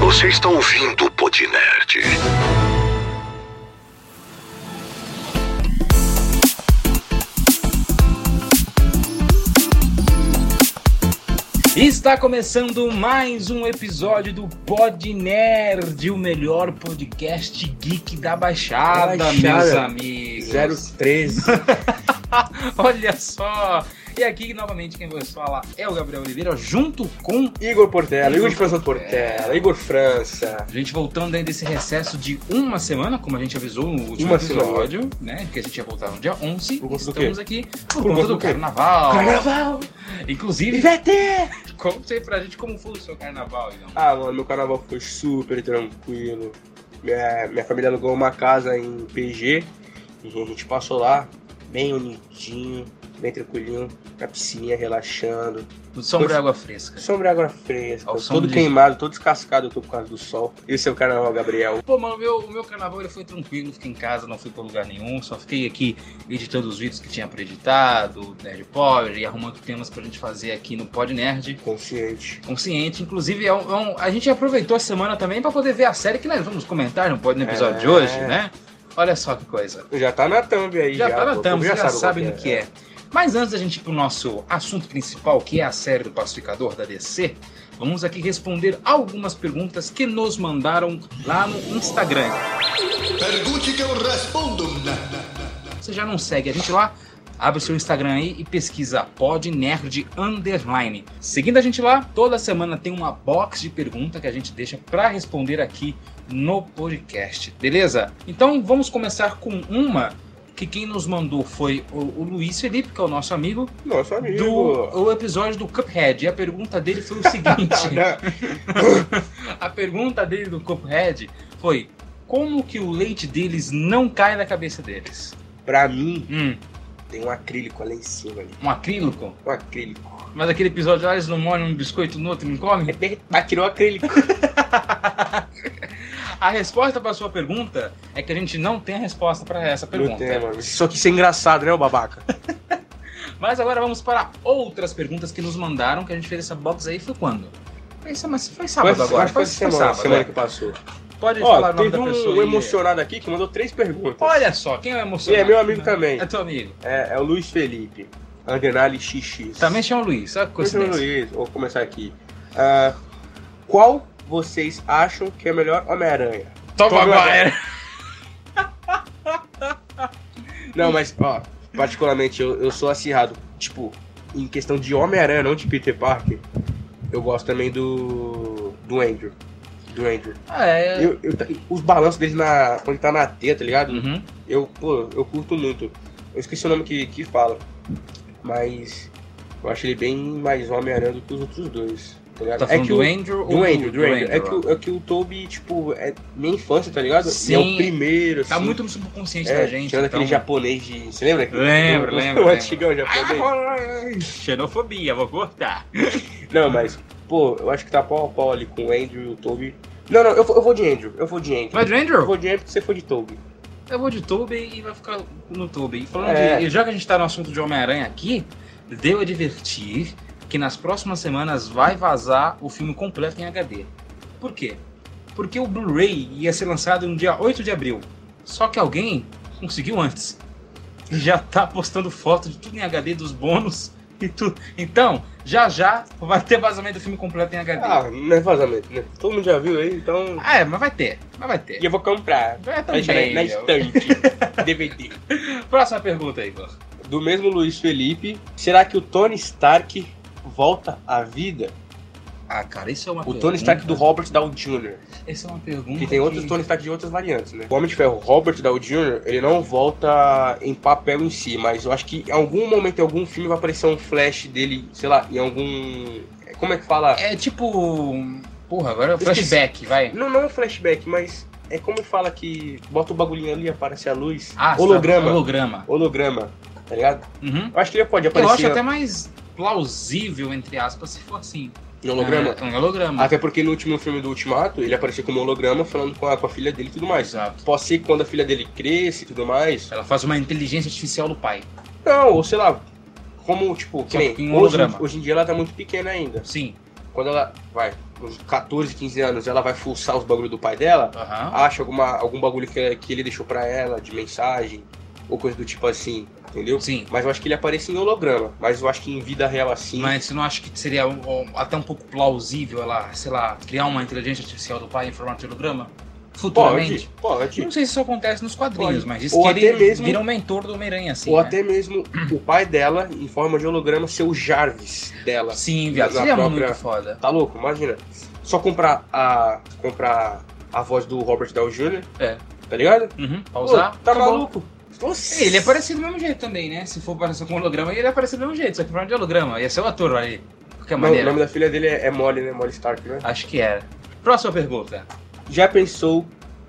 Você está ouvindo o Podnerd. Está começando mais um episódio do Pod Nerd, o melhor podcast geek da Baixada, Baixada. meus amigos. 013. Olha só! E aqui novamente quem vos fala é o Gabriel Oliveira, junto com Igor Portela, Igor de França Portela. Portela, Igor França. a gente voltando aí desse recesso de uma semana, como a gente avisou no último Uma episódio, né? Porque a gente ia voltar no dia 11. Por conta do Estamos aqui por, Por conta do, quê? carnaval. Carnaval! Inclusive, Ivete! conte pra gente como foi o seu carnaval, então. Ah, mano, meu carnaval foi super tranquilo. Minha, minha família alugou uma casa em PG e a gente passou lá, bem unidinho, bem tranquilinho, na piscininha, relaxando. No sombra e Foi- água fresca. Sombra e água fresca, Ao som todo de- queimado, todo descascado eu tô por causa do sol. Esse é o carnaval, Gabriel. Pô, mano, o meu, o meu carnaval ele foi tranquilo, fiquei em casa, não fui pra lugar nenhum, só fiquei aqui editando os vídeos que tinha pra editar, do Nerd Power, e arrumando temas pra gente fazer aqui no Pod Nerd. Consciente. Consciente, inclusive, é um- é um- a gente aproveitou a semana também pra poder ver a série que nós vamos comentar no, pod- no episódio É. de hoje, né? Olha só que coisa. Já tá na thumb aí, Já, já. tá na pô, thumb, já já, já sabe sabem qual do que é. Mas antes da gente ir pro nosso assunto principal, que é a série do Pacificador da DC, vamos aqui responder algumas perguntas que nos mandaram lá no Instagram. Pergunte que eu respondo. né? Na, na, na. Você já não segue a gente lá? Abre o seu Instagram aí e pesquisa PodNerd Underline. Seguindo a gente lá, toda semana tem uma box de pergunta que a gente deixa pra responder aqui no podcast, beleza? Então vamos começar com uma que quem nos mandou foi o, o Luiz Felipe, que é o nosso amigo, Nosso amigo. do o episódio do Cuphead. E a pergunta dele foi o seguinte. A pergunta dele do Cuphead foi: como que o leite deles não cai na cabeça deles? Pra mim, Hum, tem um acrílico ali em cima ali. um acrílico? Um acrílico. Mas aquele episódio lá eles não molham um biscoito no outro e não comem? Atirou Ah, o acrílico. A resposta para sua pergunta é que a gente não tem a resposta para essa Não pergunta. tem, mano. Só que isso é engraçado, né, ô babaca? Mas agora vamos para outras perguntas que nos mandaram, que a gente fez essa box aí foi quando? Foi, sema- foi sábado Ah, Mas- agora, mas foi, foi foi semana, sábado. semana é. que passou. Pode falar Ó, o nome teve da pessoa um aí. emocionado aqui que mandou três perguntas. Olha só, quem é o E emocionado? é meu amigo também. É teu amigo. É, é o Luiz Felipe. Andenali XX. Também chama o Luiz, sabe que Oi, senhor coincidência? Luiz, vou começar aqui. Ah, qual vocês acham que é o melhor Homem-Aranha? Tom Tom Maguire. Maguire. Não, mas, ó, particularmente, eu, eu sou acirrado. Tipo, em questão de Homem-Aranha, não de Peter Parker, eu gosto também do. do Andrew. Do Andrew. Ah, é. Eu- eu- os balanços dele na, quando ele tá na teia, tá ligado? Uhum. Eu, pô, eu curto muito. Eu esqueci o nome que, que fala. Mas eu acho ele bem mais Homem-Aranha do que os outros dois. Tá ligado? Tá é falando que do o, Andrew ou do Andrew, do Andrew. É que, Andrew? o- é que o Toby, tipo, é minha infância, tá ligado? Sim. E é o primeiro, assim. Tá muito no subconsciente da é, gente. Tirando aquele então- japonês de. Você lembra? aquele- Lembro, o- lembro, O lembro. antigão japonês. Xenofobia, vou cortar. Não, mas, pô, eu acho que tá pau a pau ali com o Andrew e o Toby. Não, não, eu, vou- eu vou de Andrew, eu vou de Andrew. Vai de Eu Andrew? vou de Andrew porque você foi de Toby. Eu vou de Tube e vai ficar no Tube. E falando É. de. e Já que a gente tá no assunto de Homem-Aranha aqui, devo advertir que nas próximas semanas vai vazar o filme completo em HD. Por quê? Porque o Blu-ray ia ser lançado no dia 8 de abril. Só que alguém conseguiu antes. E já tá postando foto de tudo em HD, dos bônus e tudo. Então, já já vai ter vazamento do filme completo em HD. Ah, Ah, não é vazamento, né? Todo mundo já viu aí, então. é, mas vai ter. Mas vai ter. E eu vou comprar. É, Vai deixar na, também. na eu- estante. DVD. Próxima pergunta, Igor. Do mesmo Luiz Felipe. Será que o Tony Stark volta à vida? Ah, cara, isso é uma O Tony Stark do Robert Downey Jr. Essa é uma pergunta. Que tem outros Tony Stark de outras variantes, né? O Homem de Ferro, Robert Downey Jr., ele não volta em papel em si, mas eu acho que em algum momento, em algum filme, vai aparecer um flash dele, sei lá, em algum. Como é que fala? É tipo. Porra, agora é o Esqueci. flashback, vai. Não, não um flashback, mas é como fala que bota o bagulhinho ali, aparece a luz. Ah, holograma. sabe, Holograma. Holograma, tá ligado? Uhum. Eu acho que ele pode Eu acho aparecer até mais plausível, entre aspas, se for assim. em holograma. É, Ah, um holograma. Até porque no último filme do Ultimato, ele apareceu como holograma falando com a, com a filha dele e tudo mais. Exato. Pode ser que quando a filha dele cresça e tudo mais. Ela faz uma inteligência artificial do pai. Não, ou sei lá, como, tipo, que Só nem, que em hoje, holograma. hoje em dia ela tá muito pequena ainda. Sim. Quando ela. Vai, uns 14, 15 anos, ela vai fuçar os bagulhos do pai dela, Aham. acha alguma, algum bagulho que, que ele deixou pra ela, de mensagem, ou coisa do tipo assim, entendeu? Sim. Mas eu acho que ele aparece em holograma, mas eu acho que em vida real assim. Mas você não acha que seria um- um- até um pouco plausível ela, sei lá, criar uma inteligência artificial do pai em formato de holograma? Futuramente? pode, pode. Não sei se isso acontece nos quadrinhos, Pode. mas diz Ou que até ele mesmo- vira um mentor do Homem-Aranha, assim. ou né? até mesmo o pai dela, em forma de holograma, ser o Jarvis dela. Sim, viado. Da Seria própria- muito foda. Tá louco? Imagina. Só comprar a. comprar a voz do Robert Downey Jr., É. tá ligado? Uhum. Pô, Pausar. tá acabou. maluco? Nossa. Ele é parecido do mesmo jeito também, né? Se for parecido com holograma, ele é parecido do mesmo jeito, só que em forma de holograma. Ia ser o ator ali. De qualquer O nome- o maneira. nome da filha dele é, é Molly, né? Molly Stark, né? Acho que era. Próxima pergunta. Já pensou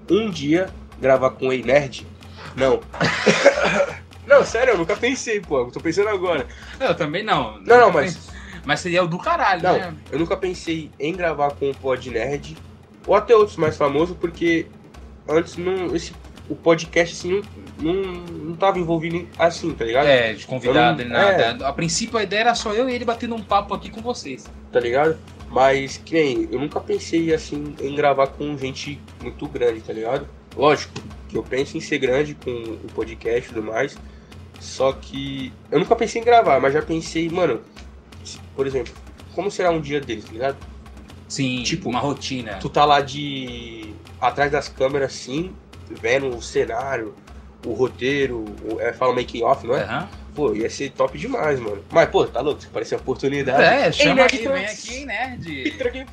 um dia gravar com o Ei Nerd? Não. não, sério, eu nunca pensei, pô. Eu tô pensando agora. Eu também não. Não, não, mas. Mas seria o do caralho, Não, né? eu nunca pensei em gravar com o Pod Nerd. Ou até outros mais famosos, porque antes não. Esse, o podcast assim não, não, não tava envolvido em- assim, tá ligado? É, de convidado, Eu ele não- é. nada. A princípio a ideia era só eu e ele batendo um papo aqui com vocês. Tá ligado? Mas, que nem, eu nunca pensei assim em gravar com gente muito grande, tá ligado? Lógico que eu penso em ser grande com o podcast e tudo mais. Só que eu nunca pensei em gravar, mas já pensei, mano, se- por exemplo, como será um dia deles, tá ligado? Sim, tipo, Tipo, uma rotina. Tu tá lá de. atrás das câmeras assim, vendo o cenário, o roteiro, o, é, fala making off, não é? Aham. Pô, ia ser top demais, mano. Mas, pô, tá louco, se aparecer a oportunidade. É, chama nerd, aqui, vem Francis. aqui, né, nerd. Entra aqui.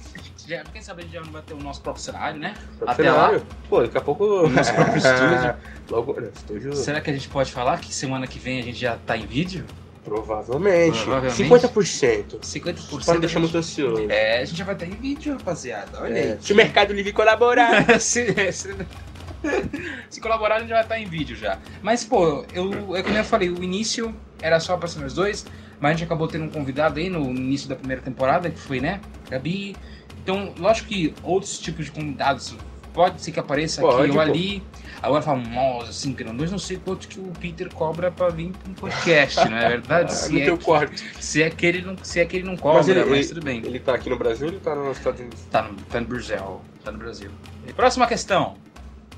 Já, quem sabe a gente já não vai ter o nosso próprio cenário, né? Próprio Até É. cenário. Pô, daqui a pouco. Nosso próprio estúdio. Logo, né, estúdio. Será que a gente pode falar que semana que vem a gente já tá em vídeo? Provavelmente. Provavelmente. 50%. 50%. Pra não deixar muito ansioso. É, a gente já vai estar em vídeo, rapaziada. Olha É, Se o Mercado Livre colaborar. aí. se, se- é, se colaborar, a gente já vai estar em vídeo já. Mas, pô, eu, é como eu falei, o início era só pra ser nós dois, mas a gente acabou tendo um convidado aí no início da primeira temporada, que foi, né, Gabi. Então, lógico que outros tipos de convidados pode ser que apareça Pode, aqui ou pô. ali. Agora famosa, assim, grandões, não sei quanto que o Peter cobra pra vir pra um podcast, não é verdade? Ah, se, no é, teu quarto. se, é que ele não, se é que ele não cobra, mas, ele- tudo bem. Ele tá aqui no Brasil ou ele tá nos Estados Unidos? Tá no, tá no Brasil. Tá no Brasil. Próxima questão.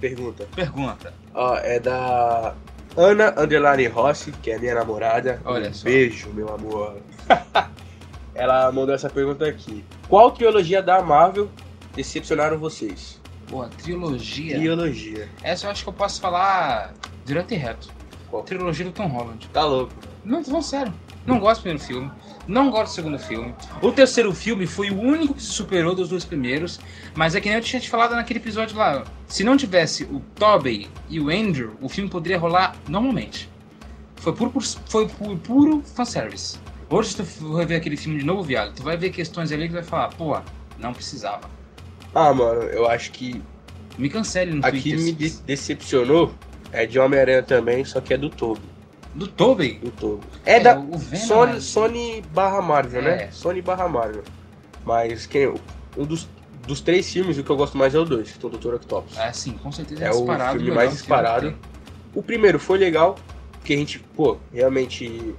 Pergunta. Pergunta. Ó, é da Ana Underline Rossi, que é minha namorada. Olha um só. beijo, meu amor. Ela mandou essa pergunta aqui. Qual trilogia da Marvel decepcionaram vocês? Pô, a trilogia. Trilogia. Essa eu acho que eu posso falar direto e reto. Qual? Trilogia do Tom Holland. Tá louco. Não, tô falando sério. Não gosto do primeiro filme. Não gosto do segundo filme. O terceiro filme foi o único que se superou dos dois primeiros. Mas é que nem eu tinha te falado naquele episódio lá. Se não tivesse o Tobey e o Andrew, o filme poderia rolar normalmente. Foi puro, foi puro, puro fanservice. Hoje, se tu vai ver aquele filme de novo, viado, tu vai ver questões ali que vai falar, pô, não precisava. Ah, mano, eu acho que Me cancele no a que Twitter. me de- decepcionou é de Homem-Aranha também, só que é do Tobo. Do Tobey? Do Tobo. É da o Venom, né? Sony, Sony barra Marvel, É. né? Sony barra Marvel. Mas quem, um dos, dos três filmes, o que eu gosto mais é o dois, que é o Dr. Octopus. É, sim, com certeza é, É o disparado. filme melhor mais filme disparado. que tem. O primeiro foi legal, porque a gente, pô, realmente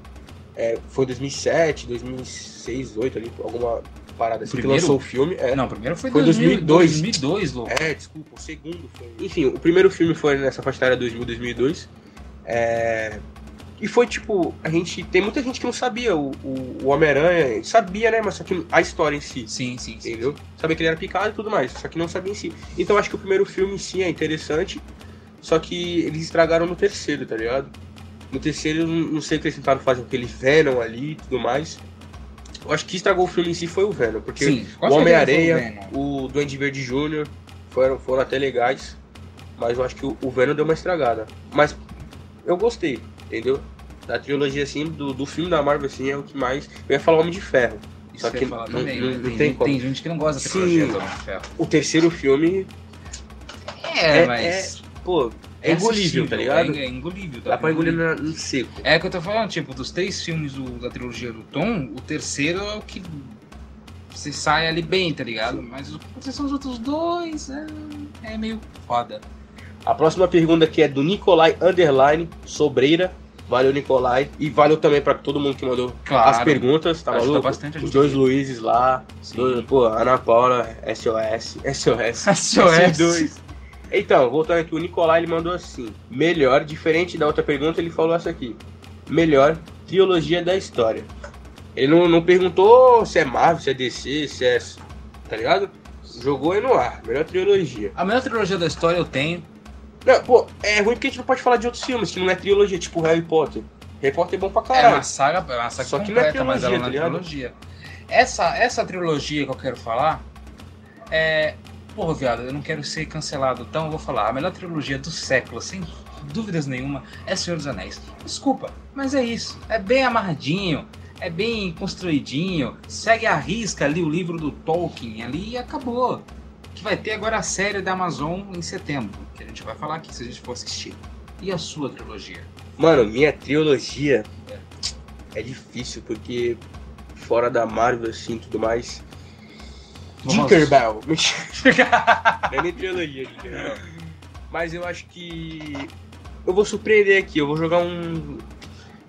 é, foi 2007, 2006, 2008 ali, alguma parada assim Primeiro? que lançou o filme. É, Não, o primeiro foi, Foi 2002. 2002. 2002, louco. é, desculpa, o segundo foi. Enfim, o primeiro filme foi nessa faixa etária 2000, 2002. É, e foi tipo, a gente. Tem muita gente que não sabia o, o, o Homem-Aranha, sabia, né? Mas só que a história em si. É. Sim, sim, sim. entendeu? Sabia que ele era picado e tudo mais, só que não sabia em si. Então acho que o primeiro filme em si é interessante, só que eles estragaram no terceiro, tá ligado? No terceiro, eu não não sei o que eles tentaram fazer com aquele Venom ali e tudo mais. Eu acho que estragou o filme em si foi o Venom, porque Sim, com o certeza Homem-Aranha, foi o Venom. o Duende Verde Jr. foram, foram até legais, mas eu acho que o, o Venom deu uma estragada. Mas eu gostei, entendeu? Da trilogia, assim, do, do filme da Marvel, assim, é o que mais... Eu ia falar Homem de Ferro. Isso Só eu ia que falar não- também, não- né? não tem, tem como. tem gente que não gosta da Sim. trilogia do Homem de Ferro. O terceiro filme É, É- mas. pô, é, assistível, engolível, tá ligado? É, é engolível. Tá Dá pra engolir engolível. na- no seco. É o que eu tô falando, tipo, dos três filmes do- da trilogia do Tom, o terceiro é o que você sai ali bem, tá ligado? Mas o que são os outros dois é, é meio foda. A próxima pergunta aqui é do Nicolai Underline Sobreira. Valeu, Nicolai. E valeu também pra todo mundo que mandou Claro. as perguntas, tá Ajuda maluco? bastante a Os gente dois aqui. Luizes lá. Sim. Dois, pô, Ana Paula, SOS. SOS. SOS. dois. Então, voltando aqui, o Nicolai ele mandou assim: melhor, diferente da outra pergunta, ele falou essa aqui: melhor trilogia da história. Ele não, não perguntou se é Marvel, se é DC, se é. tá ligado? Jogou aí no ar, melhor trilogia. A melhor trilogia da história eu tenho. Não, pô, é ruim porque a gente não pode falar de outros filmes, que não é trilogia, tipo Harry Potter. Harry Potter é bom pra É caralho. uma saga, é uma saga Só que não é completa, mas ela não é trilogia, tá trilogia. Essa, essa trilogia que eu quero falar é. Porra, viado, eu não quero ser cancelado, então eu vou falar. A melhor trilogia do século, sem dúvidas nenhuma, é Senhor dos Anéis. Desculpa, mas é isso. É bem amarradinho, é bem construidinho, segue a risca ali o livro do Tolkien ali e acabou. Que vai ter agora a série da Amazon em setembro, que a gente vai falar aqui se a gente for assistir. E a sua trilogia? Mano, minha trilogia é difícil, porque fora da Marvel, assim, tudo mais. Vamos- Tinkerbell. Mentira. Não é nem trilogia, Tinkerbell. Mas eu acho que. Eu vou surpreender aqui, eu vou jogar um.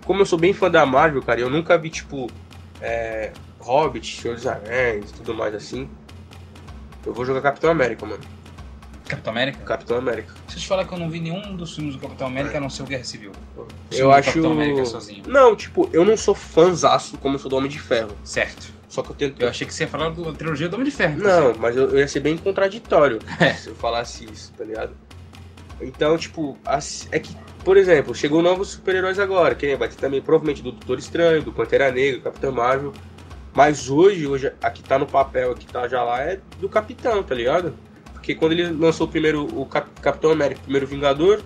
Como eu sou bem fã da Marvel, cara, eu nunca vi, tipo. é, Hobbit, Senhor dos Anéis, tudo mais assim. Eu vou jogar Capitão América, mano. Capitão América? Capitão América. Deixa eu te falar que eu não vi nenhum dos filmes do Capitão América, a não ser o Guerra Civil. O filme Eu do acho. Capitão América é sozinho. Não, tipo, eu não sou fãzaço como eu sou do Homem de Ferro. Certo. Só que eu tento. Eu achei que você ia falar do- da trilogia do Homem de Ferro. Não, mas eu, eu ia ser bem contraditório É. se eu falasse isso, tá ligado? Então, tipo, as- é que, por exemplo, chegou novos super-heróis agora, que nem vai ter também provavelmente do Doutor Estranho, do Pantera Negra, do Capitão Marvel. Mas hoje, hoje, a que tá no papel, a que tá já lá, é do Capitão, tá ligado? Porque quando ele lançou primeiro o Cap- Capitão América, primeiro Vingador,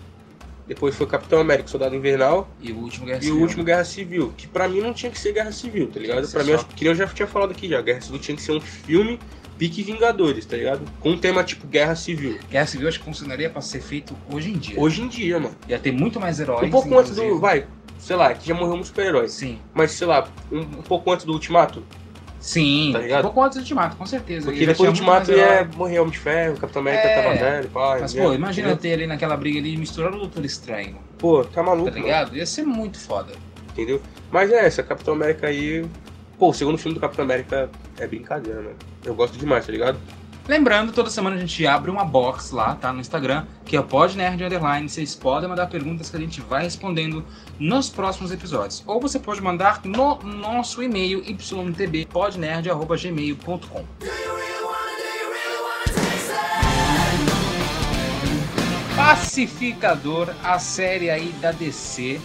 depois foi o Capitão América, Soldado Invernal, E o último Guerra e Civil. o último Guerra Civil, que pra mim não tinha que ser Guerra Civil, tá ligado? ser Pra mim, só. acho que nem eu já tinha falado aqui já, Guerra Civil tinha que ser um filme pique Vingadores, tá ligado? Com um tema tipo Guerra Civil. Guerra Civil acho que funcionaria pra ser feito hoje em dia. Hoje em dia, mano. Ia ter muito mais heróis. Um pouco antes do. inclusive. Vai, sei lá, que já morreu um super-herói. Sim. Mas sei lá, um, um pouco antes do Ultimato. Sim. Tá ligado? Um pouco antes do Ultimato, com certeza. Porque Ia depois do ter muito mais Ultimato ia herói. morrer Homem de Ferro, Capitão América né? É. tava velho, pai. Mas, pô, imagina ter ali naquela briga ali misturando o Doutor Estranho, Pô, tá maluco, tá mano. ligado? Ia ser muito foda. entendeu? Mas é essa, Capitão América aí. Pô, o segundo filme do Capitão América é brincadeira, mano. Eu gosto demais, tá ligado? Lembrando, toda semana a gente abre uma box lá, tá? No Instagram, que é o PodNerd Underline. Vocês podem mandar perguntas que a gente vai respondendo nos próximos episódios. Ou você pode mandar no nosso e-mail, ytbpodnerd.gmail.com. Pacificador, a série aí da DC,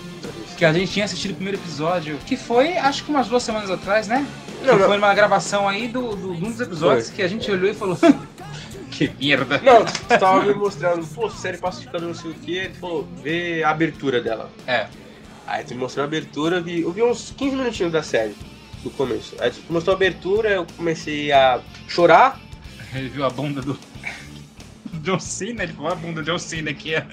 que a gente tinha assistido o primeiro episódio, que foi, acho que umas duas semanas atrás, né? Não, que não. foi numa gravação aí do, do- de um dos episódios que a gente olhou e falou: assim, Que merda! Não, tu tava me mostrando, pô, série pacificador não sei o que, ele falou, vê a abertura dela. É, Aí tu me mostrou a abertura, eu vi, eu vi uns 15 minutinhos da série, do começo. Aí tu mostrou a abertura, eu comecei a chorar. ele viu a bunda do. do John Cena, ele falou a bunda do John Cena aqui. é."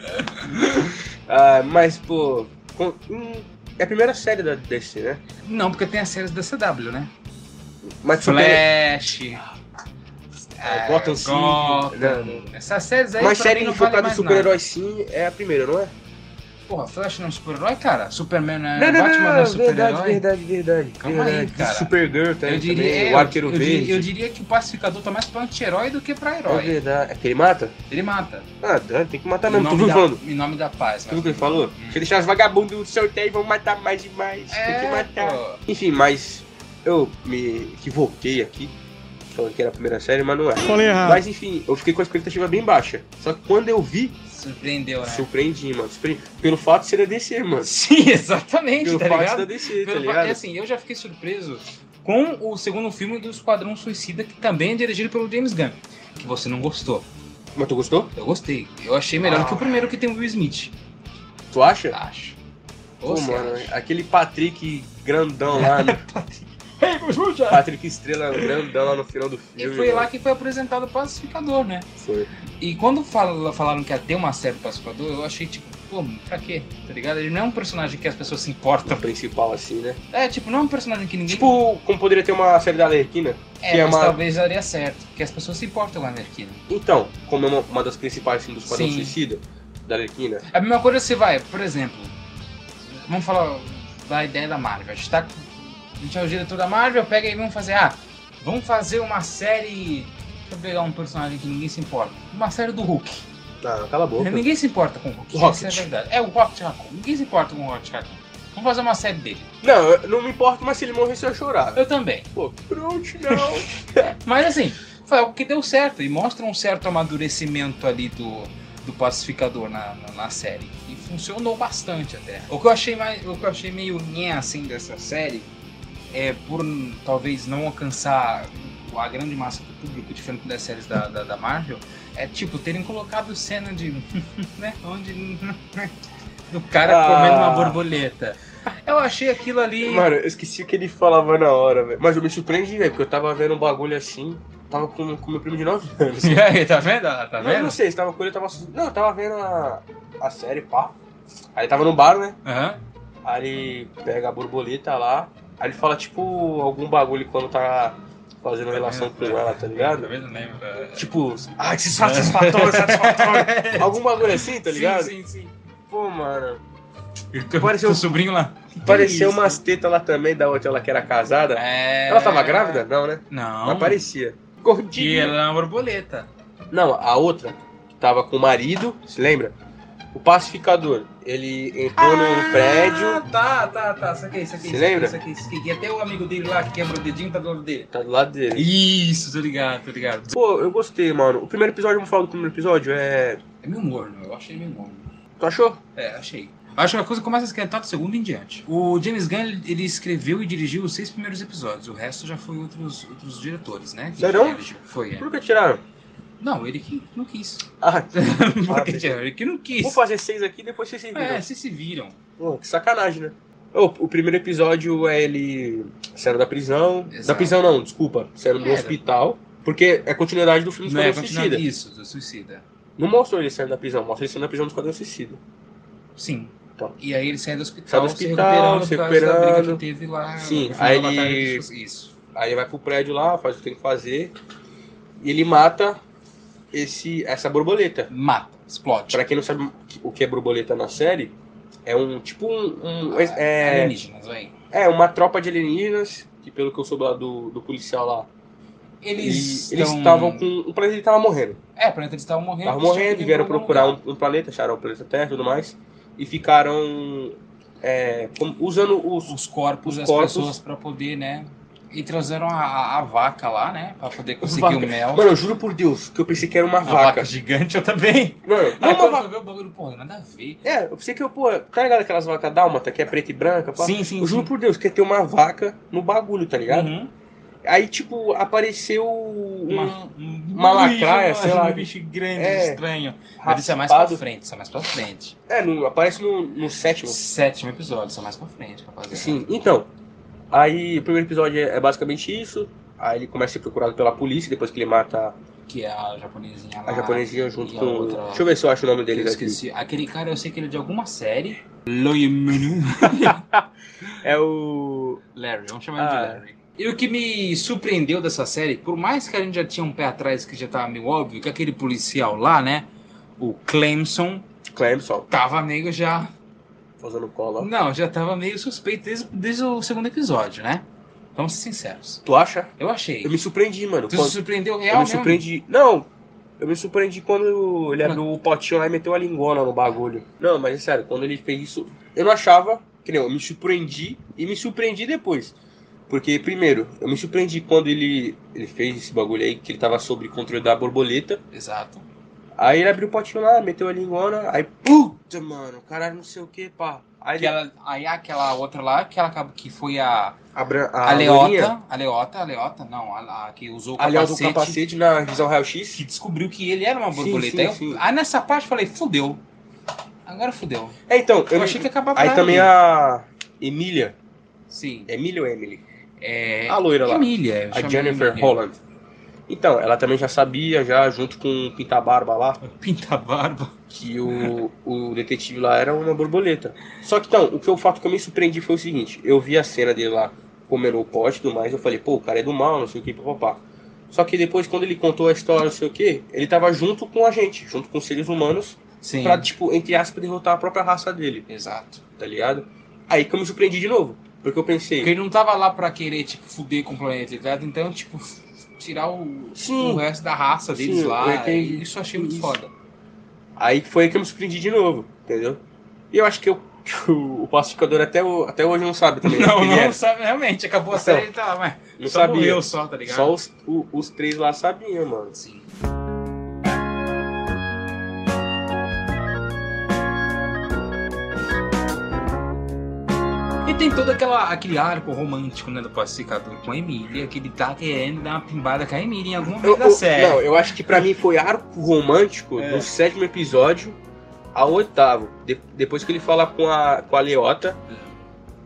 ah, mas, pô, com- hum, é a primeira série da DC, né? Não, porque tem as séries da CW, né? Mas super- Flash. É, é, Gotham City. Gotham. Não, não. Essas séries aí. né? Mas pra série mim, não vale focada em mais super-herói sim é a primeira, não é? nada. Porra, Flash não é um super-herói, cara? Superman não é. Batman não é verdade, super-herói? verdade, verdade. Calma aí, verdade. cara. Supergirl tá Eu aí diria, também, é, o Arqueiro eu, Verde. diria, eu diria que o pacificador tá mais pra anti-herói do que pra É herói. verdade. É que ele mata? Ele mata. Ah, Dani, tem que matar em, mesmo, tu nome viu, da, Vando? em nome da paz, Você viu né? o que ele falou? Deixa eu deixar os vagabundos do sorteio e vão matar mais e mais. Tem que É, matar. pô. Enfim, mas eu me equivoquei aqui. Falando que era a primeira série, mas não é. Falei errado. Mas enfim, eu fiquei com a expectativa bem baixa. Só que quando eu vi, Surpreendeu, né? surpreendi, mano. Surpreendi. Pelo fato de ser da DC, mano. Sim, exatamente, Pelo tá fato de ser ligado? da DC, tá Pelo fato- ligado? é assim, eu já fiquei surpreso com o segundo filme do Esquadrão Suicida, que também é dirigido pelo James Gunn. Que você não gostou. Mas tu gostou? Eu gostei. Eu achei melhor que o primeiro que tem o Will Smith. Tu acha? Acho. Pô, Ou Ah, você mano, acha? aquele Patrick grandão lá, né? Patrick Estrela grandão lá no final do E filme. foi lá mano. que foi apresentado o pacificador, né? Foi. E quando fala- falaram que ia ter uma série do pacificador, eu achei tipo, pô, pra quê? Tá ligado? Ele não é um personagem que as pessoas se O importam. principal, assim, né? É, tipo, não é um personagem que ninguém. Tipo, como poderia ter uma série da Alerquina? que é, é mas uma- talvez daria certo. Porque as pessoas se importam com a Arlequina. Então, como é uma, uma das principais assim, dos Esquadrão Sim. É Suicida, da Arlequina, A mesma coisa você vai, por exemplo, Vamos falar da ideia da Marvel. A gente, tá, a gente é o diretor da Marvel, pega e vamos fazer. Ah, vamos fazer uma série. Deixa eu pegar um personagem que ninguém se importa. Uma série do Hulk. Não, Ah, cala a boca. Ninguém se importa com o Hulk. O Rocket. Isso é verdade. É o Rocket Raccoon. Ninguém se importa com o Rocket Raccoon. Vamos fazer uma série dele. Não, eu não me importo, mas se ele morrer, você vai chorar. Eu também. Pô, pronto, não. Mas assim, foi algo que deu certo e mostra um certo amadurecimento ali do, do pacificador na, na, na série. E funcionou bastante até. O que eu achei, mais, o que eu achei meio nhé assim dessa série é por hum, talvez não alcançar a grande massa do público, diferente das séries da, da, da Marvel, é tipo terem colocado cena de. né? Onde. do cara Ah. comendo uma borboleta. Eu achei aquilo ali. Mano, eu esqueci o que ele falava na hora, velho. Mas eu me surpreendi, velho, porque eu tava vendo um bagulho assim. Tava com, com meu primo de 9 anos. E aí, tá vendo? Tá Não, eu vendo? não sei, se tava com ele, eu tava. Não, eu tava vendo a, a série, pá. Aí tava num bar, né? Aham. Aí ele pega a borboleta lá. Aí ele fala, tipo, algum bagulho quando tá fazendo relação com ela, tá ligado? Talvez eu lembro. é. Tipo, ah, que satisfatório, satisfatório. Algum bagulho assim, tá ligado? Sim, sim, sim. Pô, mano. E o teu, Pareceu- teu sobrinho lá. Pareceu Isso. umas tetas lá também da outra, ela que era casada. É... Ela tava grávida? Não, né? Não. Mas parecia. um E Gordinha. ela era uma borboleta. Não, a outra, que tava com o marido, se lembra? O pacificador. Ele entrou Ah! num prédio, tá, tá, tá. Saquei, saquei. Se saquei, lembra? Saquei, saquei. E até o amigo dele lá que quebra o dedinho tá do lado dele. tá do lado dele. Isso, tô ligado, tô ligado. Pô, eu gostei, mano. O primeiro episódio, vamos falar do primeiro episódio? É. É meio morno, eu achei meio morno. Tu achou? É, achei. Acho que a coisa começa a esquentar do segundo em diante. O James Gunn, ele ele escreveu e dirigiu os seis primeiros episódios. O resto já foi outros, outros diretores, né? Que Sério? dirigiu. Foi, é. Por que tiraram? Não, ele que não quis. Ah, Porque, Ah, ele que não quis. vou fazer seis aqui depois vocês se viram. É, vocês se viram. Pô, que sacanagem, né? Ô, o primeiro episódio é ele saindo da prisão. Exato. Da prisão não, desculpa. Saindo do Era. hospital. Porque é continuidade do filme Não é, Esquadrão continuando Suicida. isso, do suicida. Não mostrou ele saindo da prisão, mostrou ele saindo da prisão do Esquadrão Suicida. Sim. Então. E aí ele sai do hospital, Sai do hospital, se se recuperando, por causa da briga recuperando. que teve lá. Sim, no final aí da batalha ele- dos- Isso. Aí ele vai pro prédio lá, faz o que tem que fazer. E ele mata esse, essa borboleta. Mata, explode. Pra quem não sabe o que é borboleta na série, é um tipo um. um- é, Alienígenas, vai. é uma tropa de alienígenas, que pelo que eu soube lá do, do policial lá. Eles Eles, eles tão- estavam com. O planeta tava morrendo. É, o planeta eles estavam morrendo. Tava eles tinham morrendo, que vieram procurar um procurar lugar. um, um planeta, acharam o planeta Terra e tudo mais. E ficaram é, como- usando os. os corpos os das corpos. pessoas pra poder, né? E trouxeram a, a- a vaca lá, né? Pra poder conseguir Vaca. o mel. Mano, eu juro por Deus que eu pensei que era uma a vaca. Ah, então- vaca. gigante, eu também. Mano, não Aí uma quando vaca. eu vi o bagulho, porra, nada a ver. É, eu pensei que eu, pô, tá ligado aquelas vacas dálmata que é preta e branca? Pá? Sim, sim, Eu juro sim. por Deus, quer ter uma vaca no bagulho, tá ligado? Uhum. Aí, tipo, apareceu um Uma, um- uma lacraia, bicho, sei lá. Um bicho grande, É. estranho. Mas isso é mais pra raspado. frente, isso é mais pra frente. É, no- aparece no, no sétimo. Sétimo episódio, só mais pra frente, rapaziada. Sim, então. Aí, o primeiro episódio é, é basicamente isso. Aí ele começa a ser procurado pela polícia, depois que ele mata Que é a japonesinha lá. a japonesinha junto e a com... Ah, outra- Deixa eu ver se eu acho o nome que eu dele aqui. esqueci. Aquele cara, eu sei que ele é de alguma série. Loyemenu. É o... Larry, vamos chamar ele Ah, de Larry. E o que me surpreendeu dessa série, por mais que a gente já tinha um pé atrás que já tava meio óbvio, que aquele policial lá, né? O Clemson, Clemson, tava meio já. fazendo cola. Não, já tava meio suspeito desde, desde o segundo episódio, né? Vamos ser sinceros. Tu acha? Eu achei. Eu me surpreendi, mano. Tu quando- se surpreendeu real Eu me mesmo? surpreendi. Não, eu me surpreendi quando ele abriu o potinho lá e meteu a lingona no bagulho. Não, mas é sério, quando ele fez isso, eu não achava. Que nem, eu me surpreendi e me surpreendi depois. Porque, primeiro, eu me surpreendi quando ele, ele fez esse bagulho aí, que ele tava sobre controle da borboleta. Exato. Aí ele abriu o potinho lá, meteu a lingona, aí puta, mano, caralho, não sei o que, pá. Aí Aí ela- aí aquela outra lá, que ela acaba que foi a, a, bran- a, a, loirinha, Leota, a Leota, a Leota, não, a, a que usou o a Leota do capacete, capacete na visão raio X. que descobriu que ele era uma Sim, borboleta. sim, Aí eu- sim. aí nessa parte eu falei, fudeu. Agora fudeu. É, então, Eu, eu, achei que ia acabar por Aí também a Emília, Sim. Emília ou Emily? É... A loira lá. Emília. eu A chamo Jennifer Emília. Holland. Então, ela também já sabia, já junto com o Pinta Barba lá, Pinta a barba. que o, o detetive lá era uma borboleta. Só que então, o, que, o fato que eu me surpreendi foi o seguinte: eu vi a cena dele lá comendo o pote e tudo mais, eu falei, pô, o cara é do mal, não sei o que, papapá. Só que depois, quando ele contou a história, não sei o que, ele tava junto com a gente, junto com os seres humanos, Sim. pra, tipo, entre aspas, derrotar a própria raça dele, Exato. tá ligado? Aí que eu me surpreendi de novo. Porque eu pensei. Porque ele não tava lá pra querer, tipo, fuder com o planeta, ele tava tentando, tipo, tirar o, Sim. o resto da raça deles Sim, eu lá. entendi. E isso eu achei muito Isso. foda. Aí que foi que eu me surpreendi de novo, entendeu? E eu acho que, eu, que o, o pacificador até, o- até hoje não sabe também. Não, quem ele não era. sabe, realmente, acabou a série, ele tá lá, mas não só sabia. morreu só, tá ligado? Só os, o- os três lá sabiam, mano. Sim. E tem todo aquela, aquele arco romântico, né, do pacificador com a Emília, que ele tá querendo dar uma pimbada com a Emília em alguma Eu, vez da eu, série. não, eu acho que pra mim foi arco romântico É. do sétimo episódio ao oitavo. De- depois que ele fala com a, com a Leota.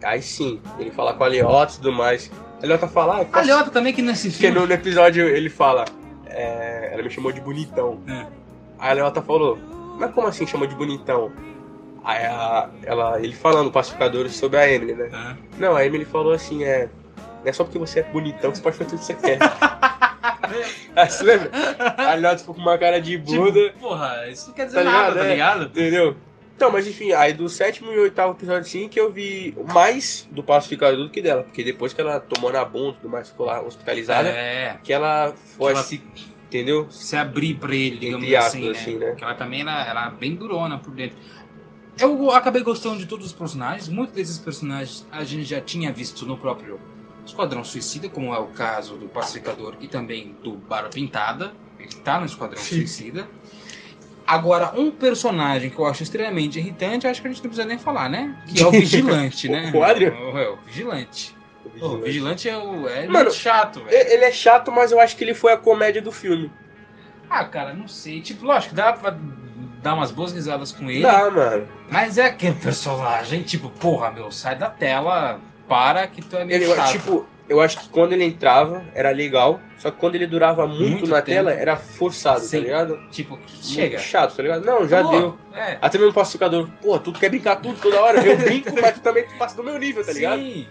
Aí sim, ele fala com a Leota e tudo mais. A Leota fala, ah, eu A posso- Leota também que nesse Porque filme... no, no episódio ele fala, é, ela me chamou de bonitão. É. Aí a Leota falou, mas como assim chamou de bonitão? Aí a- ela, ele falando, o pacificador, sobre a Emily, né? Ah. Não, a Emily falou assim, é. Não é só porque você é bonitão que você pode fazer tudo que você quer. Aí você lembra? A Leota ficou com uma cara de bunda, Tipo, porra, isso não quer dizer Tá nada, ligado, tá é. ligado? entendeu? Então, mas enfim, aí do sétimo e oitavo episódio sim que eu vi mais do pacificador do que dela. Porque depois que ela tomou na bunda e tudo mais, ficou lá hospitalizada, É, que ela que foi, ela se, entendeu? se abrir pra ele, digamos Entre aspas, assim, né? assim, né? Porque ela também era, era bem durona por dentro. Eu acabei gostando de todos os personagens. Muitos desses personagens a gente já tinha visto no próprio Esquadrão Suicida, como é o caso do Pacificador e também do Barba Pintada. Ele tá no Esquadrão Sim. Suicida. Agora, um personagem que eu acho extremamente irritante, acho que a gente não precisa nem falar, né? Que é o Vigilante, né? O Adrian? É, o Vigilante. Pô, O Vigilante. Vigilante é, o, é Mano, muito chato, velho. E- Ele é chato, mas eu acho que ele foi a comédia do filme. Ah, cara, não sei. Tipo, lógico, dá pra dar umas boas risadas com ele. Dá, mano. Mas é aquele personagem, tipo, porra, meu, sai da tela, para que tu é meio Ele, chato. tipo, eu acho que quando ele entrava, era legal. Só que quando ele durava muito, Muito na tempo. tela, era forçado, Sim. tá ligado? Tipo, chega. Muito chato, tá ligado? Não, já Pô, deu. É. Até mesmo o pacificador. Pô, tu quer brincar tudo toda hora? Eu brinco, mas tu também passa do meu nível, tá ligado? Sim.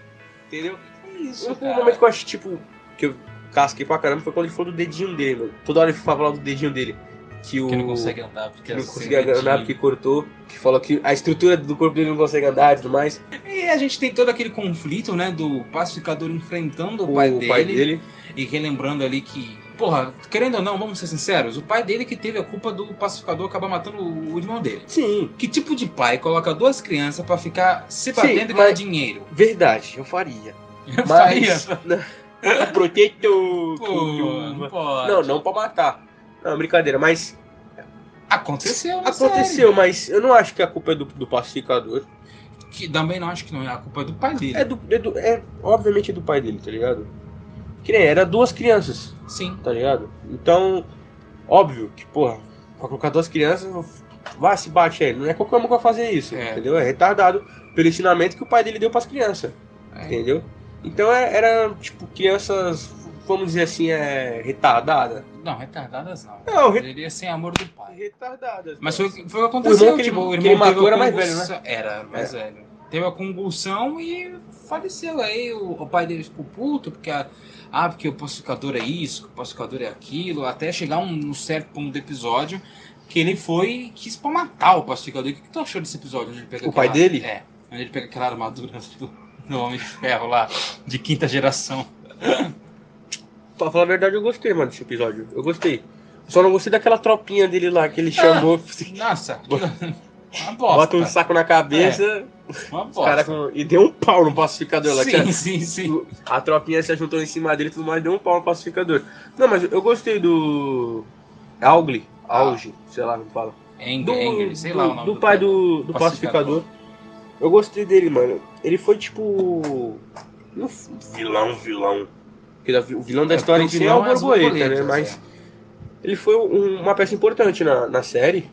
Entendeu? É isso, Um cara. momento que eu acho, tipo, que eu casquei pra caramba foi quando ele falou do dedinho dele, mano. Toda hora ele falava do dedinho dele. Que o. Que não consegue andar, porque que não assim, conseguia andar porque cortou, que falou que a estrutura do corpo dele não consegue andar e tudo mais. E a gente tem todo aquele conflito, né, do pacificador enfrentando o, o pai, dele, e relembrando ali que, porra, querendo ou não, vamos ser sinceros, o pai dele que teve a culpa do pacificador acabar matando o irmão dele. Sim, Que tipo de pai coloca duas crianças pra ficar se batendo e ganhar mas- dinheiro? verdade, eu faria. Eu Mas. faria. Protetor. Pô, não pode. Não, não pra matar. Não, brincadeira, mas Aconteceu, na série. aconteceu, mas eu não acho que a culpa é do, do pacificador. Que também não acho que não é a culpa é do pai dele. É do, é do- é, obviamente é do pai dele, tá ligado? Que nem era duas crianças, Sim. tá ligado? Então, óbvio que, porra, pra colocar duas crianças, vai se bate aí. Não é qualquer um que vai fazer isso, É. entendeu? É retardado pelo ensinamento que o pai dele deu pras crianças. É. Entendeu? Então é- era, tipo, crianças, vamos dizer assim, é, retardada. Não, retardadas não. Não, re- Poderia ser amor do pai. retardadas. Mas foi, o que- foi o que aconteceu. O irmão que ele- tipo, que ele matou teve a era mais convulsão- velho, né? É. Era, mais velho. Teve a convulsão e faleceu. Aí o, o pai dele ficou puto, porque, a- ah, porque o pacificador é isso, que o pacificador é aquilo, até chegar um, um certo ponto do episódio que ele foi e quis pra matar o pacificador. O que, que tu achou desse episódio? onde ele pega O pai aquela- dele? É. Onde ele pega aquela armadura do, do Homem de Ferro lá, de quinta geração. Pra falar a verdade, eu gostei, mano, desse episódio. Eu gostei. Só não gostei daquela tropinha dele lá que Ah. ele chamou. Nossa, aquilo- é uma bosta. Bota um saco na cabeça Uma os cara É, bosta. com- e deu um pau no pacificador lá. que Sim, sim, sim. a, a tropinha se juntou em cima dele e tudo mais, deu um pau no pacificador. Não, mas eu gostei do. Augli? Auge, sei lá como fala. Anger, do, Anger, Ah. Um sei do- lá o nome do pai do, do Pacificador. pacificador. Eu gostei dele, mano. Ele foi tipo. Um f- vilão, vilão. Porque da- o vilão da É, história em porque si o é o vilão é as borboleta, né? borboletas, é. Mas ele foi um- uma peça importante na, na série.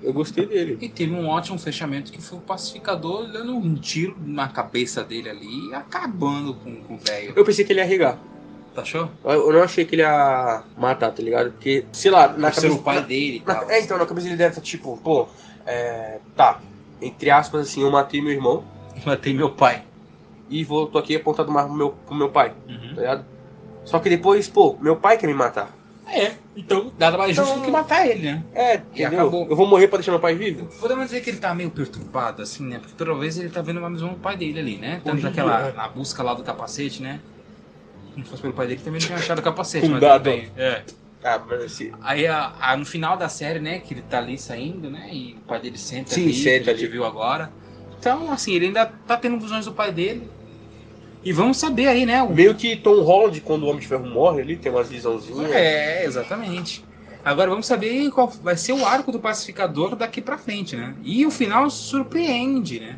Eu gostei dele. E teve um ótimo fechamento que foi o pacificador dando um tiro na cabeça dele ali e acabando com, com o velho. Eu pensei que ele ia arregar. Tá show? Eu- Eu não achei que ele ia matar, tá ligado? Porque, sei lá, na Por ser cabeça. o pai dele e na- tal. é, então, na cabeça dele deve estar tipo, pô, é, tá. Entre aspas, assim, eu matei meu irmão Matei meu pai. e Uhum. Uhum. voltou aqui apontado mais pro meu, pro meu pai. tá ligado? Só que depois, pô, meu pai quer me matar. É, então nada mais justo Então- do que matar ele, né? É, entendeu? acabou. Eu vou morrer pra deixar meu pai vivo? Podemos dizer que ele tá meio perturbado, assim, né? Porque toda vez ele tá vendo mais um pai dele ali, né? Tanto Hoje em naquela, dia, é. na busca lá do capacete, né? Se não fosse pelo pai dele, também não tinha achado o capacete. Um mas dado. tudo bem. É. Ah, mas assim, Aí a- a- no final da série, né, que ele tá ali saindo, né, e o pai dele senta Sim, ali, senta que a gente ali. viu agora. Então, assim, ele ainda tá tendo visões do pai dele. E vamos saber aí, né, o... Meio que Tom Holland, quando o Homem de Ferro morre ali, tem umas visãozinhas. É, exatamente. Agora vamos saber qual vai ser o arco do pacificador daqui pra frente, né? E o final surpreende, né?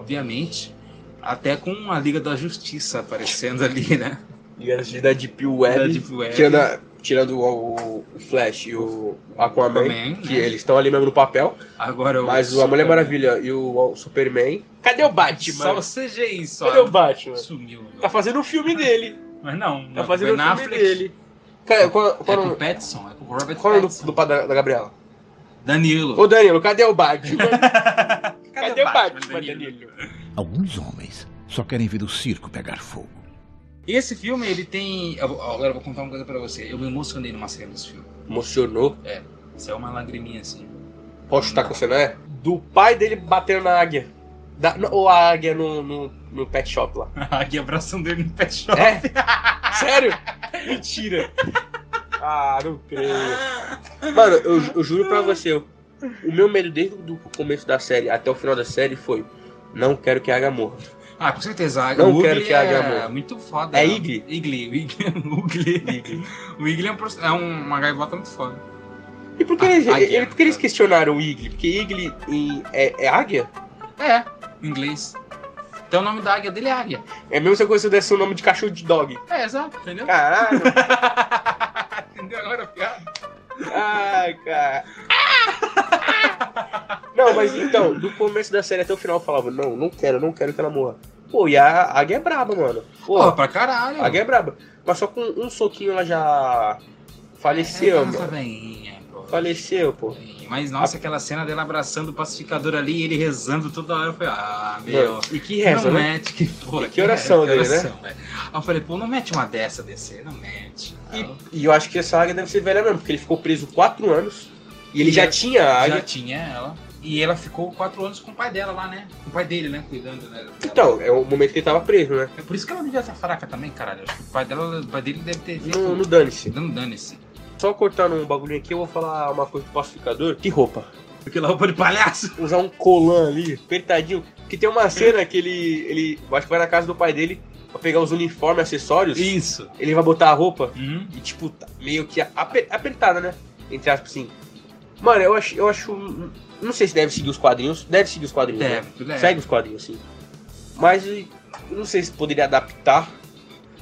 Obviamente, até com a Liga da Justiça aparecendo ali, né? tipo, é, E antes de dar Deep Da Web, Deep Web. tirando, a- tirando o, o Flash e o Aquaman, Aquaman, que né? eles estão ali mesmo no papel, Agora o mas o a Superman. Mulher Maravilha e o, o Superman... Cadê o Batman? Só o CGI, só. Cadê o Batman? Sumiu. Tá fazendo o filme dele. Mas não, Tá o fazendo o Ben filme Affleck- dele. Cara, qual, É qual, com o o- Pattinson, é com o Robert qual o nome Pattinson. do, do pai da, da Gabriela? Danilo. Ô Danilo, cadê o Batman? cadê o Batman, Danilo? Alguns homens só querem ver o circo pegar fogo. Esse filme, ele tem... eu vou- Agora eu vou contar uma coisa pra você. Eu me emocionei numa cena desse filme. Emocionou. Saiu uma lagriminha assim. Posso chutar com você, não é? Do pai dele batendo na águia. Da, no- ou a águia no, no, no pet shop lá. A águia abraçando ele no pet shop. É? Sério? Mentira. Ah, não creio. Mano, eu, ju- eu juro pra você, eu- o meu medo desde o do começo da série até o final da série foi: não quero que a águia morra. Ah, com certeza. a- Não o quero Ugly que a águia é morra. muito foda. né? É Igli? Igli. O Igli, o Igli. O Igli é, um, proce- é um- uma gaivota muito foda. E por que, A- eles, águia. ele- por que eles questionaram o Igli? Porque Igli em- é, é águia? É, em inglês. Então o nome da águia dele é águia. É a mesma coisa se eu desse o nome de cachorro de dog. É, exato, entendeu? Caralho. Entendeu agora a piada? Ai, cara. Não, mas então, do começo da série até o final eu falava, não, não quero, não quero que ela morra. Pô, e a águia é braba, mano. Pô, Porra, a pra caralho. águia é braba. Mas só com um soquinho ela já faleceu, É, nossa, mano. veinha, pô. Faleceu, pô. Mas nossa, aquela cena dela abraçando o pacificador ali e ele rezando toda hora. Eu falei, ah, meu. Mano, e que reza, não né? mete, que porra. Que oração dele, né? né? Aí eu falei, pô, não mete uma dessa, DC, não mete. Aí eu- E, e eu acho que essa águia deve ser velha mesmo, porque ele ficou preso quatro anos e ele já, Já- tinha a águia. Já tinha ela. E ela ficou quatro anos com o pai dela lá, né? Com o pai dele, né? Cuidando, né? dela. Então, é o momento que ele tava preso, né? É por isso que ela devia estar fraca também, caralho. Acho que o pai dela, o pai dele deve ter feito. No, no dane-se. Dando dane-se. Só cortando um bagulhinho aqui, eu vou falar uma coisa do pacificador. Que roupa? Aquela roupa de é palhaço. usar um colan ali, apertadinho. Que tem uma cena que ele, ele eu acho que vai na casa do pai dele pra pegar os uniformes, acessórios. Isso. Ele vai botar a roupa Uhum. e, tipo, tá meio que aper- apertada, né? Entre aspas, assim. Mano, eu acho, eu acho. Não sei se deve seguir os quadrinhos. Deve seguir os quadrinhos. né? Deve, deve. Segue os quadrinhos, sim. Mas eu não sei se poderia adaptar,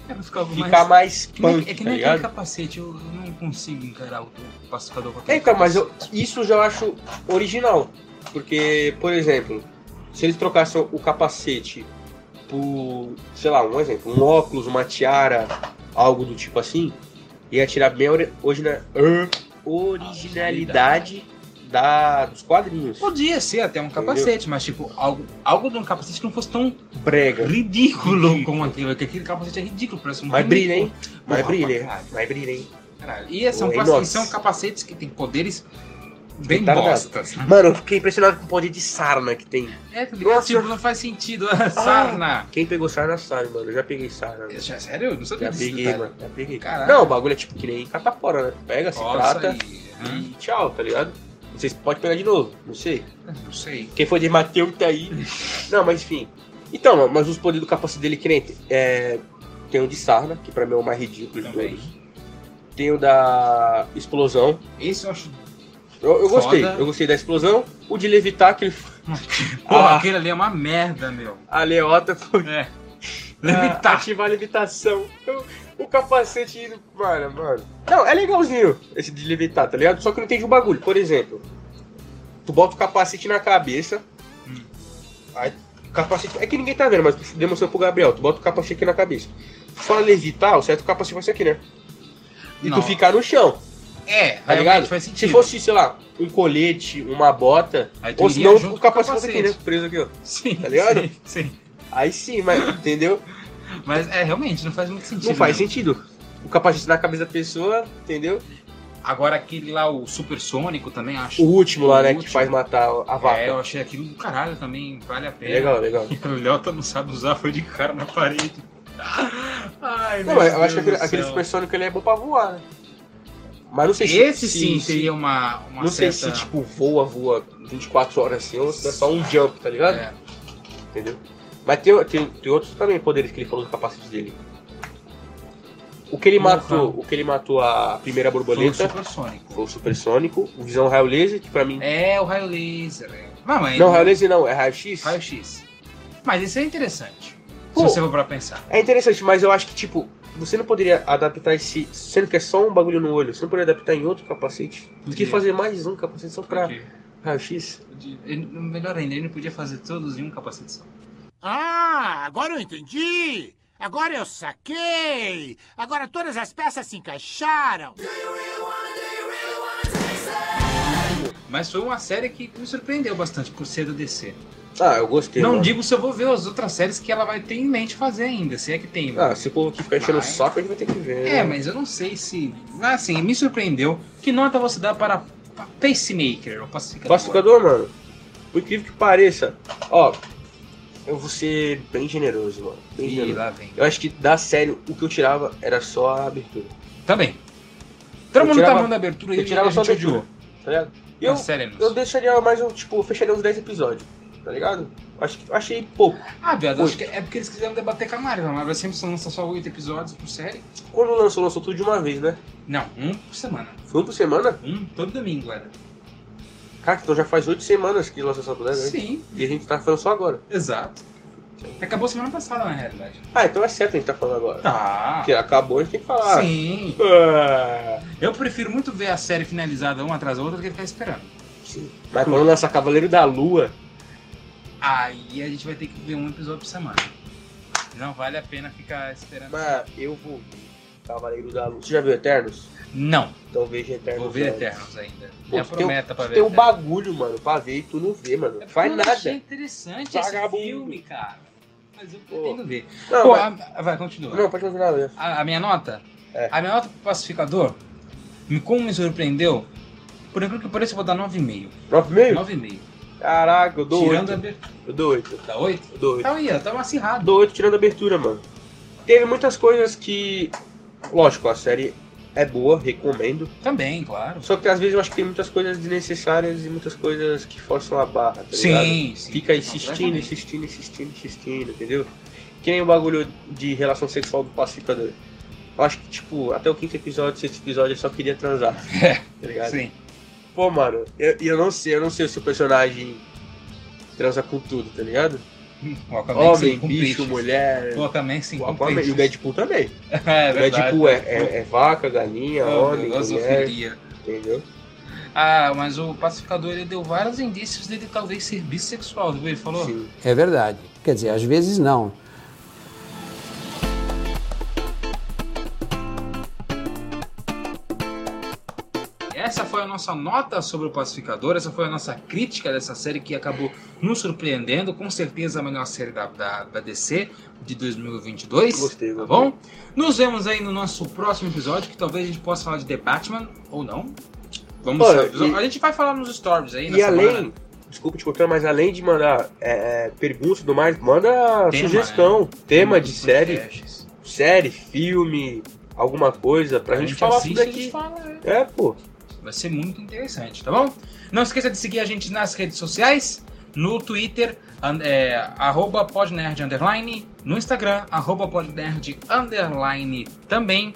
Ela ficava ficar mais- mais Que nem- punk, é que tá nem aquele ligado? capacete, eu, eu não consigo encarar o o pacificador com aquele É, então, mas eu- capacete. isso eu já acho original. Porque, por exemplo, se eles trocassem o capacete por, sei lá, um exemplo, um óculos, uma tiara, algo do tipo assim, ia tirar bem a ori- origina- or- originalidade da, dos quadrinhos. Podia ser até um capacete, mas tipo, algo, algo de um capacete que não fosse tão Brega. ridículo como aquele. Porque aquele capacete é ridículo, parece um Mas rinite, brilha, hein? pô. Mas Porra, brilha, pra hein? caralho. Mas brilha, hein? Caralho. E são, Ô, classes- inox. e são capacetes que têm poderes bem Retardado. bostas. Mano, eu fiquei impressionado com o poder de sarna que tem. É, tá ligado? Nossa. Tipo, não faz sentido. ah, Sarna. É, Quem pegou sarna sabe, mano. Eu já peguei sarna. mano. Já, sério? Eu Não sabia Já disso. peguei, detalhe. mano. Já peguei. Caralho. Não, o bagulho é tipo que nem catapora, né? Pega, se Nossa, trata aí, hum, né? hã? e tchau, tá ligado? Não sei se pode pegar de novo, não sei. Não sei. Quem for de Mateus tá aí. não, mas enfim. Então, mano, mas os poderes do capacete dele, que nem é, tem o de sarna, que pra mim é o mais ridículo de Também. todos. Tem o da explosão. Esse eu acho. Eu, eu Foda. gostei, eu gostei da explosão. O de levitar, que ele... Porra, Ah. aquele ali é uma merda, meu. a leota foi É. Ah, Levitar. ativar a levitação. Então, O capacete. Mano, mano. Não, é legalzinho esse de levitar, tá ligado? Só que eu não entendi o bagulho. Por exemplo, tu bota o capacete na cabeça. Hum. Aí, o capacete. É que ninguém tá vendo, mas demonstrou pro Gabriel. Tu bota o capacete aqui na cabeça. Tu fala levitar, o certo é o capacete vai ser aqui, né? E Não. tu ficar no chão, É, tá realmente ligado? Faz Se sentido. fosse, sei lá, um colete, uma bota. Aí tu Ou iria senão junto o com capacete vai ser aqui, né? capacete. Preso aqui, ó. Sim, tá ligado? Sim, sim. Aí sim, mas entendeu? Mas é, realmente, não faz muito sentido. Não faz né? sentido. O capacete na cabeça da pessoa, entendeu? Agora aquele lá, o supersônico também, acho. O último lá, né? Que último. faz matar a vaca. É É, eu achei aquilo do caralho também, vale a pena. Legal, legal. O Leota não sabe usar, foi de cara na parede. Ai, Não, meu mas eu acho Deus que aquele, do aquele céu. supersônico ele é bom pra voar, né? Mas não sei se. Esse se- sim se- seria uma, uma Não sei certa... se, tipo, voa, voa 24 horas assim, ou se dá só um jump, tá ligado? É. Entendeu? Mas tem, tem, tem outros também poderes que ele falou do capacete dele. O que ele Uhum. matou, o que ele matou a primeira Foi um o borboleta supersônico. foi o supersônico, o visão raio laser, que pra mim. É, o raio laser. É. Mas, mas Não, raio laser não, é raio X. raio X. Mas isso é interessante. Pô. Se você for pra pensar. É interessante, mas eu acho que, tipo, você não poderia adaptar esse. Sendo que é só um bagulho no olho, você não poderia adaptar em outro capacete. Do que Podia. fazer mais um capacete só pra Porque- raio X? ele- melhor ainda, ele não podia fazer todos em um capacete só. Ah, agora eu entendi! Agora eu saquei! Agora todas as peças se encaixaram! Mas foi uma série que me surpreendeu bastante por ser do DC. Ah, eu gostei. não mano. digo se eu vou ver as outras séries que ela vai ter em mente fazer ainda, se é que tem. Ah, se o povo aqui ficar enchendo Mas- o saco, a gente vai ter que ver. É, né? mas eu não sei se. Ah, Assim, me surpreendeu. Que nota você dá para pa- Pacemaker? Ou pacificador? Pacificador, mano. Por incrível que pareça. Ó, eu vou ser bem generoso, mano. Bem Ih, generoso. lá vem. Eu acho que da série, o que eu tirava era só a abertura. Também. Todo mundo tá tirava- falando da abertura e eu tirava a só a gente abertura. odiou. Tá ligado? E Na eu, série, é não. eu deixaria mais um, tipo, eu fecharia uns 10 episódios, tá ligado? Acho que achei pouco. Ah, viado, Oito. acho que é porque eles quiseram debater com a Marvel. né? A Marvel sempre lança só oito episódios por série. Quando lançou, lançou tudo de uma vez, né? Não, um por semana. Foi um por semana? Um todo domingo, era. Cara, então já faz 8 semanas que lançou essa mulher, né? Sim, E a gente tá falando só agora. exato. Acabou semana passada, na realidade. Ah, então é certo a gente tá falando agora. Tá. Porque acabou, a gente tem que falar. Sim. Ah. Eu prefiro muito ver a série finalizada uma atrás da outra do que ficar esperando. Sim. Mas quando lançar Cavaleiro da Lua, Aí a gente vai ter que ver um episódio por semana. Não vale a pena ficar esperando. Mas eu vou ver Cavaleiro da Lua. Você já viu Eternos? Não, Então veja Eternos. vou ver antes. Eternos ainda. Pô, é a tu tem um- prometa pra tu ver. Tem um Eternos. bagulho, mano, pra ver e tu não vê, mano. Faz eu achei nada. interessante Vagabundo. esse filme, cara. Mas eu Pô. pretendo ver. Não, Pô, mas- a- a- vai, continua. não pode continuar. né? A, a minha nota? É. A minha nota pro Pacificador, me- como me surpreendeu, por incrível que pareça, eu vou dar 9,5. 9,5? 9,5. Caraca, eu dou Tirando a 8. abertura. Eu dou 8. Dá 8? Eu dou 8. Tá aí, ó, tava acirrado. do 8 tirando a abertura, mano. Teve muitas coisas que. Lógico, a série é boa, recomendo. Também, claro. Só que às vezes eu acho que tem muitas coisas desnecessárias e muitas coisas que forçam a barra, tá ligado? Sim, Tá sim. Fica Não, insistindo, vai insistindo, insistindo, insistindo, entendeu? Que nem o bagulho de relação sexual do pacificador. Eu acho que, tipo, até o quinto episódio, sexto episódio, eu só queria transar. É. Tá ligado? Sim. Pô, mano, eu, eu não sei, eu não sei se o personagem transa com tudo, tá ligado? O Aquaman Homem, sim, com bicho, peixes. mulher. O Aquaman sim, O com Aquaman e o peixes. Deadpool também. É o verdade. né? Deadpool é, é- é vaca, galinha, Oh, homem, mulher, Gosofilia. entendeu? Ah, mas o pacificador ele deu vários indícios dele talvez ser bissexual, viu? Ele falou. Sim. É verdade. Quer dizer, às vezes não. Essa foi a nossa nota sobre o pacificador, essa foi a nossa crítica dessa série que acabou nos surpreendendo, com certeza a melhor série da, da, da DC de 2022. tá Gostei, gostei. bom? Nos vemos aí no nosso próximo episódio, que talvez a gente possa falar de The Batman ou não. Vamos Olha, saber. e- A gente vai falar nos stories aí na E semana. além, desculpa te cortar, mas além de mandar é, é, perguntas e tudo mais, manda Tema, sugestão, tema de dos série, podcasts. série, filme, alguma coisa, pra A gente, gente falar assiste, tudo a gente aqui. É, pô. Vai ser muito interessante, tá bom? Não esqueça de seguir a gente nas redes sociais, no Twitter, an- é, arroba podnerd, underline, no Instagram, arroba podnerd, underline, também.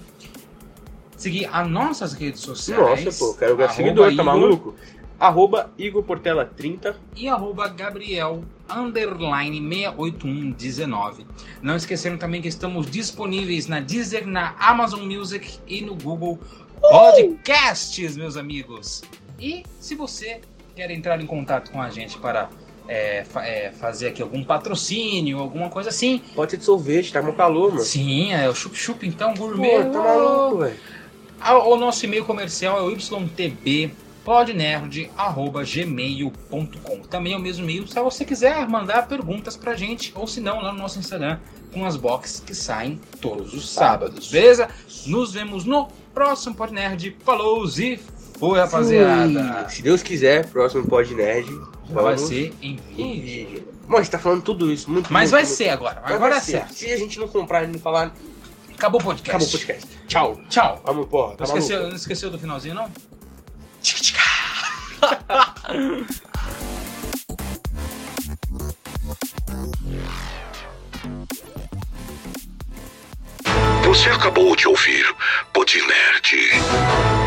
Seguir as nossas redes sociais. Nossa, pô, quero ganhar arroba seguidor, tá Igor maluco? Arroba Igor Portela 30. E arroba Gabriel, underline, 68119. Não esquecendo também que estamos disponíveis na Deezer, na Amazon Music e no Google Podcasts, meus amigos. E se você quer entrar em contato com a gente para é, fa- é, fazer aqui algum patrocínio, alguma coisa assim, Pode ser de sorvete, tá com calor, mano. sim, é o Chup Chup, então, Pô, gourmet. tá maluco, velho. Ah, O nosso e-mail comercial é o ytbpodnerd.gmail.com. Também é o mesmo e-mail se você quiser mandar perguntas pra gente, ou se não, lá no nosso Instagram, com as boxes que saem todos os sábados, beleza? Nos vemos no Próximo Pod Nerd. Falou e foi, rapaziada. Se Deus quiser, próximo Pod Nerd. Vai vamos ser em em vídeo. vídeo. Mano, a gente tá falando tudo isso, muito Mas muito, vai muito. ser agora. Mas Agora é vai ser. certo. Se a gente não comprar e não falar, Acabou o podcast. acabou o podcast. Tchau. Tchau. Vamos, porra. Tá Não esqueceu, maluco? não esqueceu do finalzinho, não? Você acabou de ouvir Pod Nerd.